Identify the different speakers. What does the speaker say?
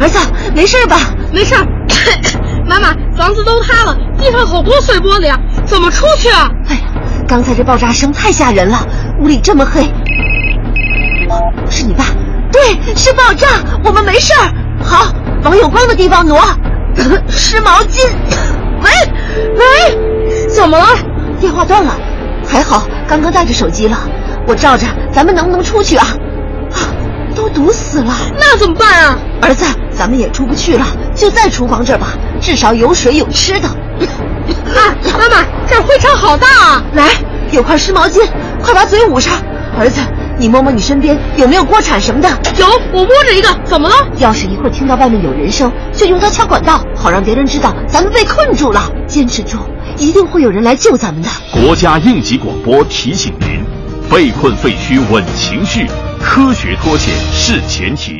Speaker 1: 儿子，没事吧？
Speaker 2: 没事儿。 妈妈，房子都塌了，地上好多碎玻璃啊，怎么出去啊？
Speaker 1: 哎呀，刚才这爆炸声太吓人了，屋里这么黑。哦、是你爸？对，是爆炸，我们没事儿。好，往有光的地方挪。 湿毛巾。
Speaker 2: 喂喂，怎么了？
Speaker 1: 电话断了，还好刚刚带着手机了。我照着，咱们能不能出去啊？啊，都堵死了，
Speaker 2: 那怎么办啊？
Speaker 1: 儿子，咱们也出不去了，就在厨房这儿吧，至少有水有吃的。
Speaker 2: 啊，妈妈，这灰尘好大啊！
Speaker 1: 来，有块湿毛巾，快把嘴捂上。儿子，你摸摸你身边有没有锅铲什么的？
Speaker 2: 有，我摸着一个，怎么了？
Speaker 1: 要是一会儿听到外面有人声，就用它敲管道，好让别人知道咱们被困住了。坚持住，一定会有人来救咱们的。
Speaker 3: 国家应急广播提醒您。被困废墟稳情绪，科学脱险是前提。